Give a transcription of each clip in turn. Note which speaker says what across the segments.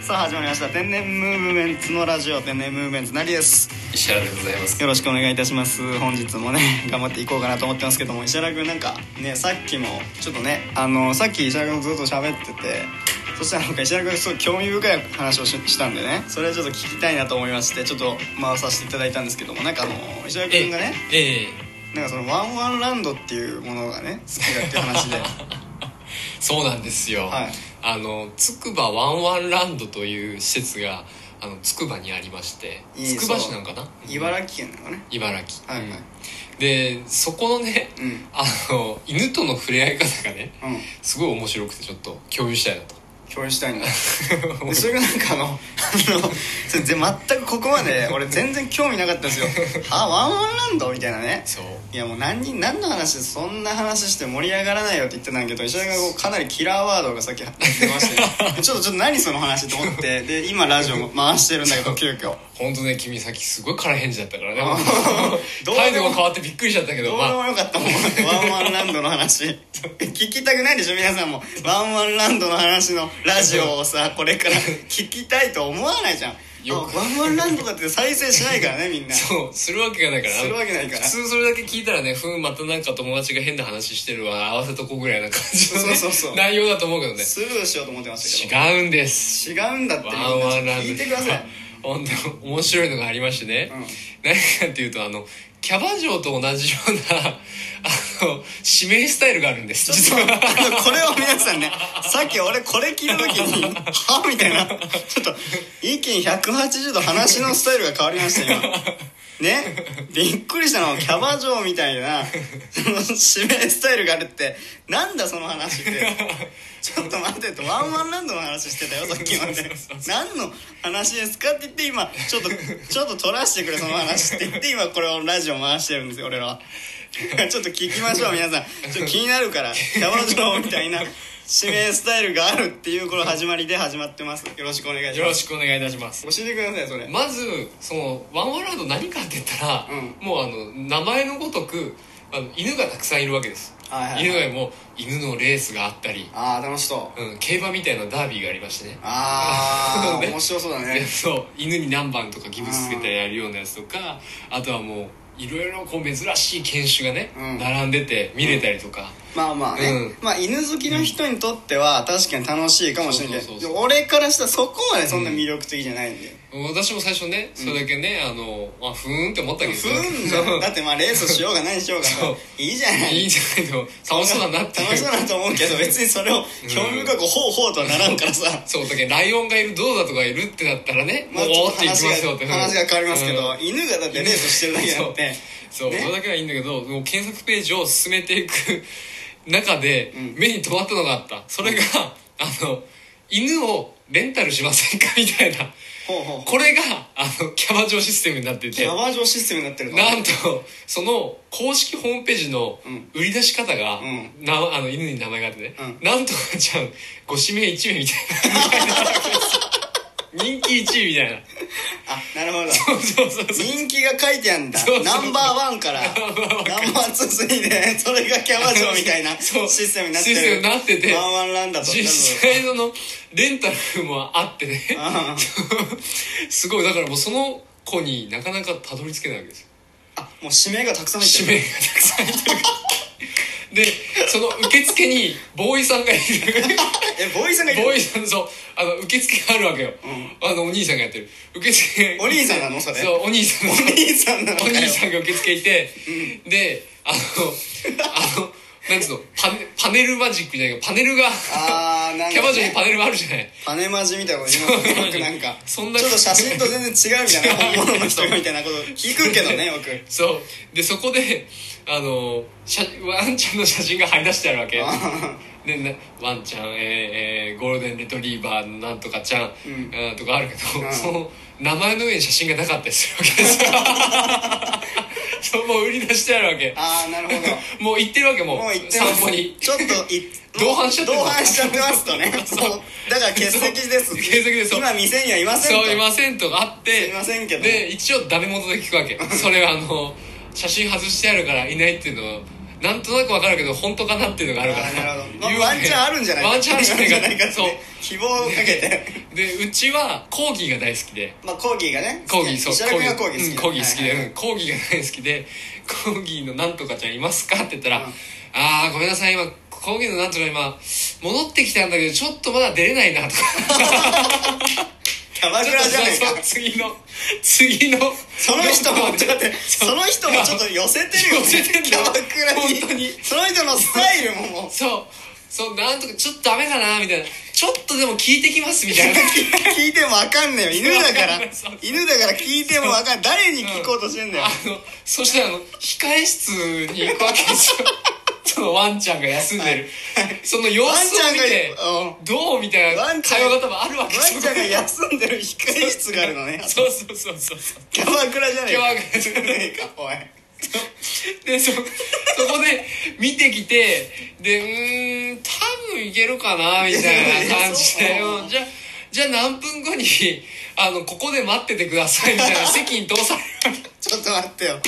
Speaker 1: さあ始まりました天然ムーブメンツのラジオ天然ムーブメンツなりです
Speaker 2: 石原でございます
Speaker 1: よろしくお願いいたします本日もね頑張っていこうかなと思ってますけども石原君なんかねさっきもちょっとねあのさっき石原君ずっと喋っててそしたらなんか石原君すごい興味深い話をししたんでねそれちょっと聞きたいなと思いましてちょっと回させていただいたんですけどもなんかあの石原君がね
Speaker 2: ええ
Speaker 1: なんかそのワンワンランドっていうものがね好きだっていう話で
Speaker 2: そうなんですよ、
Speaker 1: はい
Speaker 2: あのつくばワンワンランドという施設があのつくばにありまして
Speaker 1: いい
Speaker 2: つくば市なんかな
Speaker 1: 茨城県なのね
Speaker 2: 茨城、
Speaker 1: はいはい
Speaker 2: うんでそこのね
Speaker 1: うんうん
Speaker 2: あの犬との触れ合い方がねすごい面白くてちょっと共有したいなと
Speaker 1: 共有したいんだ でそれがなんかあのあのそれぜ全くここまで俺全然興味なかったんですよ「あワンワンランド」みたいなね
Speaker 2: そう
Speaker 1: いやもう何人何の話そんな話して盛り上がらないよって言ってたんだけど石田がこうかなりキラーワードがさっき出ましてちょっとちょっと何その話と思ってで今ラジオ回してるんだけど急遽
Speaker 2: 本当ね君さっきすごい空返事だったからね
Speaker 1: あーどうでも
Speaker 2: 態度が変わってびっくりしちゃったけ
Speaker 1: ど
Speaker 2: ど
Speaker 1: う
Speaker 2: ま
Speaker 1: でも
Speaker 2: あ
Speaker 1: よかったもん、ワンワンランドの話聞きたくないでしょ皆さんもワンワンランドの話のラジオをさこれから聞きたいと思わないじゃん
Speaker 2: よく
Speaker 1: あワンワンランドだって再生しないからねみんな
Speaker 2: そうするわけがないから
Speaker 1: するわけないから
Speaker 2: 普通それだけ聞いたらねふんまたなんか友達が変な話してるわ合わせとこうぐらいな感じの、ね、
Speaker 1: そうそうそう
Speaker 2: 内容だと思うけどね
Speaker 1: スルーしようと思ってましたけど
Speaker 2: 違うんです
Speaker 1: 違うんだって
Speaker 2: ワ
Speaker 1: みんな
Speaker 2: ンワンランド
Speaker 1: 聞いてください
Speaker 2: 本当面白いのがありましてね、
Speaker 1: うん
Speaker 2: 何かっていうとあのキャバ嬢と同じようなあの指名スタイルがあるんです
Speaker 1: ち
Speaker 2: 実
Speaker 1: ょっと
Speaker 2: は
Speaker 1: あのこれを皆さんねさっき俺これ聞いた時に「はみたいなちょっと一気に180度話のスタイルが変わりましたよねびっくりしたのはキャバ嬢みたいな その指名スタイルがあるってなんだその話ってちょっと待ってってワンワンランドの話してた よさっきまで何の話ですかって言って今ちょっとちょっと取らせてくれその話って言って今これをラジオ回してるんですよ俺らは ちょっと聞きま しょう皆さんちょっと気になるから山城みたいな指名スタイルがあるっていうこの始まりで始まってますよろしくお願いし
Speaker 2: よ
Speaker 1: ま
Speaker 2: ろ
Speaker 1: す
Speaker 2: しくお願いいたします
Speaker 1: 教えてくださいそれ
Speaker 2: まずそのワンワンランド何かって言ったら、
Speaker 1: う
Speaker 2: もうあの名前のごとくあの犬がたくさんいるわけです、
Speaker 1: はいはい
Speaker 2: 犬以外も犬のレースがあったり、
Speaker 1: ああ楽しそう
Speaker 2: うん、競馬みたいなダービーがありましてね
Speaker 1: ああ
Speaker 2: ね
Speaker 1: 面白そうだ
Speaker 2: で
Speaker 1: ね
Speaker 2: そう犬に何番とかギブスつけてやるようなやつとかあとはもういろいろこう珍しい犬種がね、
Speaker 1: うん
Speaker 2: 並んでて見れたりとか、
Speaker 1: まあまあね、
Speaker 2: うん
Speaker 1: まあ犬好きの人にとっては確かに楽しいかもしれないけ
Speaker 2: そう
Speaker 1: ど
Speaker 2: そうそう
Speaker 1: 俺からしたらそこまでそんな魅力的じゃないんで、
Speaker 2: 私も最初ねそれだけね、あのあふーんって思ったけど
Speaker 1: ふーんじゃんだってまあレースしようが何しようが
Speaker 2: そう
Speaker 1: いいじゃない
Speaker 2: いいじゃないと楽しそうだなっていう
Speaker 1: 楽しそうだなと思うけど別にそれを興味深くほうほうとはならんからさ、
Speaker 2: そうだけどライオンがいるどうだとかいるってなったらね、
Speaker 1: まあち
Speaker 2: も
Speaker 1: ょ
Speaker 2: う
Speaker 1: っ
Speaker 2: お
Speaker 1: と
Speaker 2: ーっていきま
Speaker 1: 話
Speaker 2: すよ
Speaker 1: が
Speaker 2: って
Speaker 1: 話が変わりますけど、
Speaker 2: うん
Speaker 1: 犬がだってレースしてるだけなんで
Speaker 2: そう、
Speaker 1: ね
Speaker 2: それだけはいいんだけどもう検索ページを進めていく中で目に留まったのがあったそれが、あの犬をレンタルしませんかみたいな
Speaker 1: ほうほう
Speaker 2: これがあのキャバ嬢システムになって
Speaker 1: キ
Speaker 2: て
Speaker 1: ャバ嬢システムになってるの
Speaker 2: なんとその公式ホームページの
Speaker 1: うん
Speaker 2: 売り出し方が、
Speaker 1: う
Speaker 2: なあの犬に名前があってね、
Speaker 1: う
Speaker 2: なんとかちゃんご指名1名みた いな人気1位みたいな
Speaker 1: あなるほど
Speaker 2: そうそうそうそう
Speaker 1: 人気が書いてあるんだ
Speaker 2: そうそう
Speaker 1: ナンバーワンからナンバーツースリーで それがキャバ嬢みたいな
Speaker 2: そう
Speaker 1: システムになってる
Speaker 2: システムになってて
Speaker 1: ワンワンランだと
Speaker 2: 実際そのレンタルもあってね
Speaker 1: あ
Speaker 2: すごいだからもうその子になかなかたどり着けないわけですよ
Speaker 1: あもう指名がたくさん入ってる
Speaker 2: 指名がたくさんいてるでその受付にボーイさんがいる
Speaker 1: えボーイさんがいる
Speaker 2: ボーイさんそうあの受付があるわけよ、あのお兄さんがやってる受付
Speaker 1: お兄さんなのそれ
Speaker 2: そうお兄さん
Speaker 1: お兄さんなの
Speaker 2: お
Speaker 1: かよ
Speaker 2: 兄さんが受付いて、であのあのなんつうのパネパネルマジックじゃないかパネルが
Speaker 1: あーなんか、ね、
Speaker 2: キャバ嬢にパネルがあるじゃない
Speaker 1: パネマジみたいなこと言いますねよくなんか
Speaker 2: そんな
Speaker 1: ちょっと写真と全然違うみたいな本物の人みたいなこと聞くけどねよく
Speaker 2: そうでそこであの写ワンちゃんの写真が貼り出してあるわけ
Speaker 1: あ
Speaker 2: でなワンちゃん、えーえーゴールデンレトリーバーのなんとかちゃん、
Speaker 1: ん
Speaker 2: うんとかあるけど、
Speaker 1: うん
Speaker 2: その名前の上に写真がなかったりするわけ ですよそうもう売り出してあるわけ
Speaker 1: あーなるほ
Speaker 2: もう行ってるわけもう
Speaker 1: どもう行ってま
Speaker 2: 散
Speaker 1: す
Speaker 2: 歩に
Speaker 1: ちょっとい
Speaker 2: 同伴しちゃってます
Speaker 1: 同伴しちゃってますとね
Speaker 2: そ
Speaker 1: そううだから欠席 です
Speaker 2: 欠席です
Speaker 1: 今店にはいませんと
Speaker 2: そういませんとかあって
Speaker 1: すいませんけど
Speaker 2: で一応ダメ元で聞くわけそれはあの写真外してあるからいないっていうのをなんとなくわかるけど本当かなっていうのがあるから
Speaker 1: あーなるほど、
Speaker 2: 言う
Speaker 1: ま
Speaker 2: て
Speaker 1: ワンチャンあるんじゃない
Speaker 2: ワンチャンあるんじゃないか
Speaker 1: ワンチャンって
Speaker 2: そう
Speaker 1: 希望をかけて
Speaker 2: でうちはコーギーが大好きで
Speaker 1: まあコーギーがね
Speaker 2: コーギーそう
Speaker 1: 石原君がコーギー好き
Speaker 2: うんコーギー好きで、
Speaker 1: はいはい
Speaker 2: うんコーギーが大好きでコーギーのなんとかちゃんいますかって言ったら、
Speaker 1: うん
Speaker 2: あーごめんなさい今コーギーのなんとか今戻ってきたんだけどちょっとまだ出れないなとか
Speaker 1: キャバクラじゃないか
Speaker 2: そうそう次の次の
Speaker 1: その人も
Speaker 2: どこまで
Speaker 1: ちょっと待ってその人もちょっと寄せてるよね
Speaker 2: 寄せてん
Speaker 1: キ
Speaker 2: だ
Speaker 1: ャ
Speaker 2: よ
Speaker 1: バクラに
Speaker 2: 本当に
Speaker 1: その人のスタイルももう
Speaker 2: そうそうなんとかちょっとダメかなみたいなちょっとでも聞いてきますみたいな
Speaker 1: 聞いてもわかんねえよ犬だから
Speaker 2: そう
Speaker 1: 犬だから聞いてもわかん誰に聞こうとしてんだよ
Speaker 2: あのそしたらあの控え室に行くわけですよそのワンちゃんが休んでる、その様子を
Speaker 1: ワンちゃん
Speaker 2: 見
Speaker 1: が
Speaker 2: て
Speaker 1: う
Speaker 2: どうみたいな
Speaker 1: ワンちゃん
Speaker 2: 会話が多分あるわけ
Speaker 1: ワンちゃんが休んでる控え室があるのね
Speaker 2: そうそうそうそうそう
Speaker 1: キャバク ラじゃねえか
Speaker 2: キャバクラじゃ
Speaker 1: ねえかおい
Speaker 2: でそそこで見てきてでうーん多分いけるかなみたいな感じ
Speaker 1: いや
Speaker 2: で
Speaker 1: そう
Speaker 2: うんじゃあじゃあ何分後にあのここで待っててくださいみたいな席に通される
Speaker 1: ちょっと待ってよ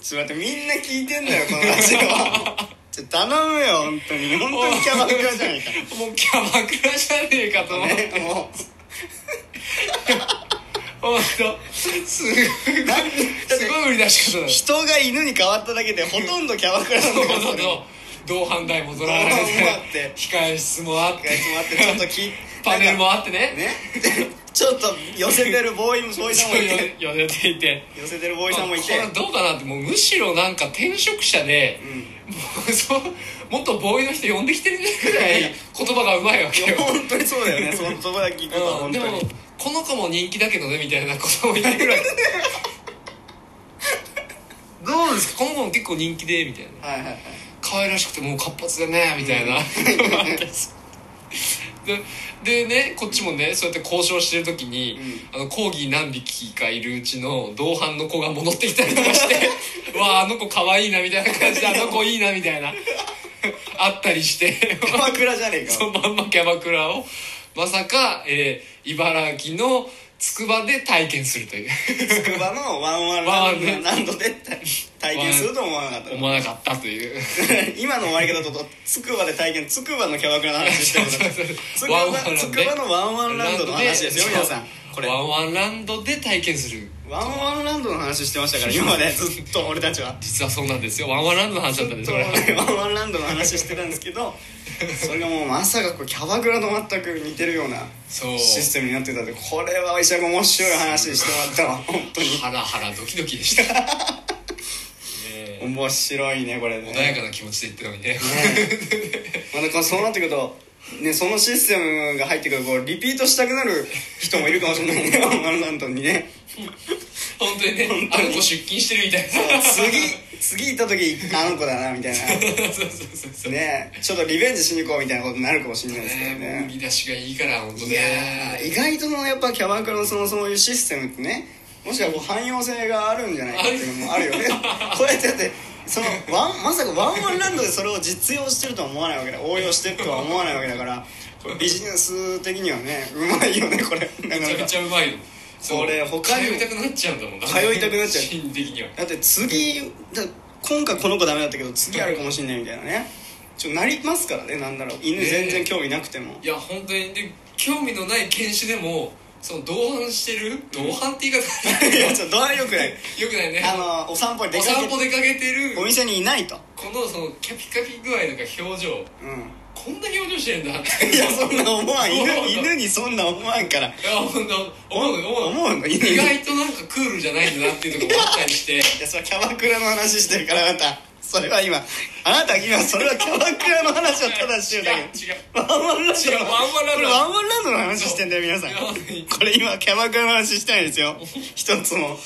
Speaker 1: ちょっと待ってみんな聞いてんだよこのラジオはちょっと頼むよ本当に本当にキャバクラじゃねえか
Speaker 2: もうキャバクラじゃねえかと思って
Speaker 1: ねもう
Speaker 2: 本当すごい
Speaker 1: なん
Speaker 2: すごい売り出し方だ
Speaker 1: 人が犬に変わっただけでほとんどキャバクラなんだからそれ
Speaker 2: の同伴台も取られ
Speaker 1: もう待って
Speaker 2: て控え室もあっ
Speaker 1: ちょ
Speaker 2: て
Speaker 1: っと待ってちょっと聞い
Speaker 2: パネルも
Speaker 1: なんか
Speaker 2: あってね
Speaker 1: ねちょっと寄せてるボーイもボーイさん
Speaker 2: そ
Speaker 1: も
Speaker 2: う
Speaker 1: いて
Speaker 2: よ寄せていて。
Speaker 1: 寄せてるボーイさんもいて
Speaker 2: まあこれはどうかなってもうむしろなんか転職者で、もうそうもっとボーイの人呼んできてるぐらい言葉がうまいわけよ、
Speaker 1: 本当にそうだよねそのとこだけ聞くと
Speaker 2: うん
Speaker 1: 本
Speaker 2: で
Speaker 1: 当
Speaker 2: も
Speaker 1: に
Speaker 2: この子も人気だけどねみたいなことも言ってくるわけどうですかこの子も結構人気でみたいな
Speaker 1: はいはいはい
Speaker 2: 可愛らしくてもう活発だねみたいな、 ででねこっちもねそうやって交渉してる時に、あのコーギー何匹かいるうちの同伴の子が戻ってきたりとかして 「わああの子可愛いな」みたいな感じで「あの子いいな」みたいなあったりして
Speaker 1: キャバクラじゃねえか
Speaker 2: そのまんまキャバクラをまさか、えー茨城のつくばで体験す るという
Speaker 1: つくばのワンワン
Speaker 2: ワン
Speaker 1: ラ
Speaker 2: ワ
Speaker 1: ンド
Speaker 2: ン
Speaker 1: 何度で体体験すると思わなかった
Speaker 2: 思わなかったという。
Speaker 1: 今の終わり方とつくばで体験つくばのキャバクラの話してるからつく
Speaker 2: ワンワンランド
Speaker 1: ば
Speaker 2: ね
Speaker 1: つくばのワンワンランドの話ですよ
Speaker 2: そう
Speaker 1: 皆さんこれ
Speaker 2: ワ
Speaker 1: ワ
Speaker 2: ンワンランドで体験する
Speaker 1: ンワンランドの話してましたから今までずっと俺たちは
Speaker 2: 実はそうなんですよワンワンランドの話だったんですこれ
Speaker 1: ワンワンランドの話してたんですけどそれがもうまさかこうキャバクラと全く似てるような
Speaker 2: そう
Speaker 1: システムになってたんでこれは石田君面白い話してもらったわ本当に
Speaker 2: ハラハラドキドキでしたねえ
Speaker 1: 面白いねこれね
Speaker 2: 穏やかな気持ちで言ってたのにね
Speaker 1: まあ、だからそうなってくると、ね、そのシステムが入ってくるとこうリピートしたくなる人もいるかもしれないね ワンワンランドにね
Speaker 2: 本当にねあの子出勤してるみたいな
Speaker 1: 次次行った時あの子だなみたいな
Speaker 2: そうそうそうそう
Speaker 1: ねちょっとリベンジしに行こうみたいなことになるかもしれないですけど
Speaker 2: ねもう売
Speaker 1: ね
Speaker 2: り出しがいいから本当
Speaker 1: いやー
Speaker 2: ね
Speaker 1: 意外とそのやっぱキャバクラのそのそういうシステムってねもしかこう汎用性があるんじゃないかっていうのもあるよ ねこうやってだってそのワンまさかワンワンランドでそれを実用してるとは思わないわけだ応用してるとは思わないわけだからこれビジネス的にはねうまいよねこれな
Speaker 2: め
Speaker 1: か
Speaker 2: ち
Speaker 1: な
Speaker 2: ゃめ
Speaker 1: か
Speaker 2: ちゃうまいよ
Speaker 1: これ他にも
Speaker 2: 通いたくなっちゃうんだもんだ
Speaker 1: 通いたくなっちゃう
Speaker 2: 心理的には
Speaker 1: だって次だ今回この子ダメだったけど次あるかもしれないみたいなねちょなりますからねなんだろう犬全然興味なくても、
Speaker 2: いや本当にで興味のない犬種でもその同伴してる同伴って言い方
Speaker 1: いやちょっと度合いよくない
Speaker 2: よくないね
Speaker 1: あのお散歩に出
Speaker 2: お
Speaker 1: かけ
Speaker 2: 散
Speaker 1: て
Speaker 2: 歩出かけてる
Speaker 1: お店にいないと
Speaker 2: このそのキャピカピ具合とか表情
Speaker 1: うん
Speaker 2: こんな表情してるんだって
Speaker 1: いやそんな思わん
Speaker 2: 思わんの
Speaker 1: 犬犬にそんな思わんから
Speaker 2: いやほんと思うの思うの
Speaker 1: 思うの犬
Speaker 2: 意
Speaker 1: にい
Speaker 2: 外となんかクールじゃないんだなっていうとこ思ったりして
Speaker 1: やそれはキャバクラの話してるからあなたそれは今あなた今それはキャバクラの話をただしてるだけ
Speaker 2: 違う違う
Speaker 1: ワンワンランド
Speaker 2: 違うワンワンランド
Speaker 1: これワンワンランドの話してんだよ皆さん
Speaker 2: いや本当に
Speaker 1: これ今キャバクラの話してないですよ一つも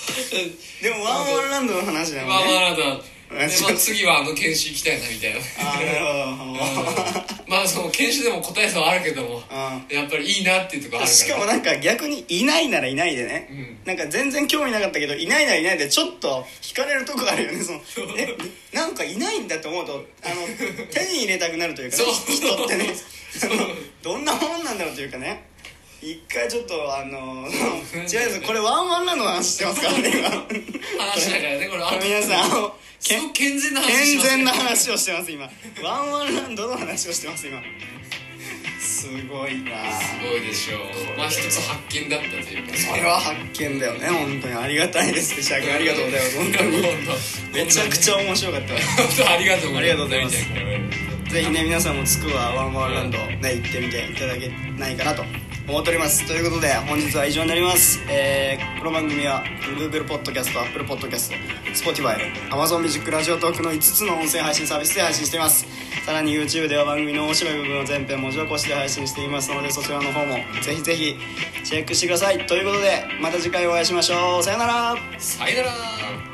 Speaker 1: でもワンワンランドの話だもん
Speaker 2: まあ
Speaker 1: ね
Speaker 2: まあだで、まあ、次はあの犬種行きたいなみたいな
Speaker 1: あなるほど
Speaker 2: うんまあその犬種でも個体差はあるけども
Speaker 1: う
Speaker 2: やっぱりいいなっていうとこあるから
Speaker 1: しかもなんか逆にいないならいないでね、なんか全然興味なかったけどいないならいないでちょっと惹かれるとこあるよねそのえなんかいないんだって思うとあ の手に入れたくなるというか、ね、
Speaker 2: そう
Speaker 1: 人ってね
Speaker 2: そう
Speaker 1: あのどんなもんなんだろうというかね一回ちょっとあの違うんですこれワンワンランドの話してますからね
Speaker 2: 話だからねこれあ
Speaker 1: 今 皆さんあのけ
Speaker 2: すごく健全な
Speaker 1: 健
Speaker 2: 話しますね
Speaker 1: 全な話をしてます今ワンワンランドの話をしてます今すごいな
Speaker 2: すごいでしょうまあ一つ発見だったというか
Speaker 1: これは発見だよね本当にありがたいです社君ありがとうございます本当にめちゃくちゃ面白かったです
Speaker 2: 本当ありがとう
Speaker 1: ありがとうございますぜひね皆さんもつくわワンワンランドね行ってみていただけないかなと思っておりますということで本日は以上になります、えーこの番組は Google ポッドキャスト Apple ポッドキャスト Spotify Amazon ミュージックラジオトークの5つの音声配信サービスで配信していますさらに YouTube では番組の面白い部分を全編文字起こしで配信していますのでそちらの方もぜひぜひチェックしてくださいということでまた次回お会いしましょうさよなら
Speaker 2: さよなら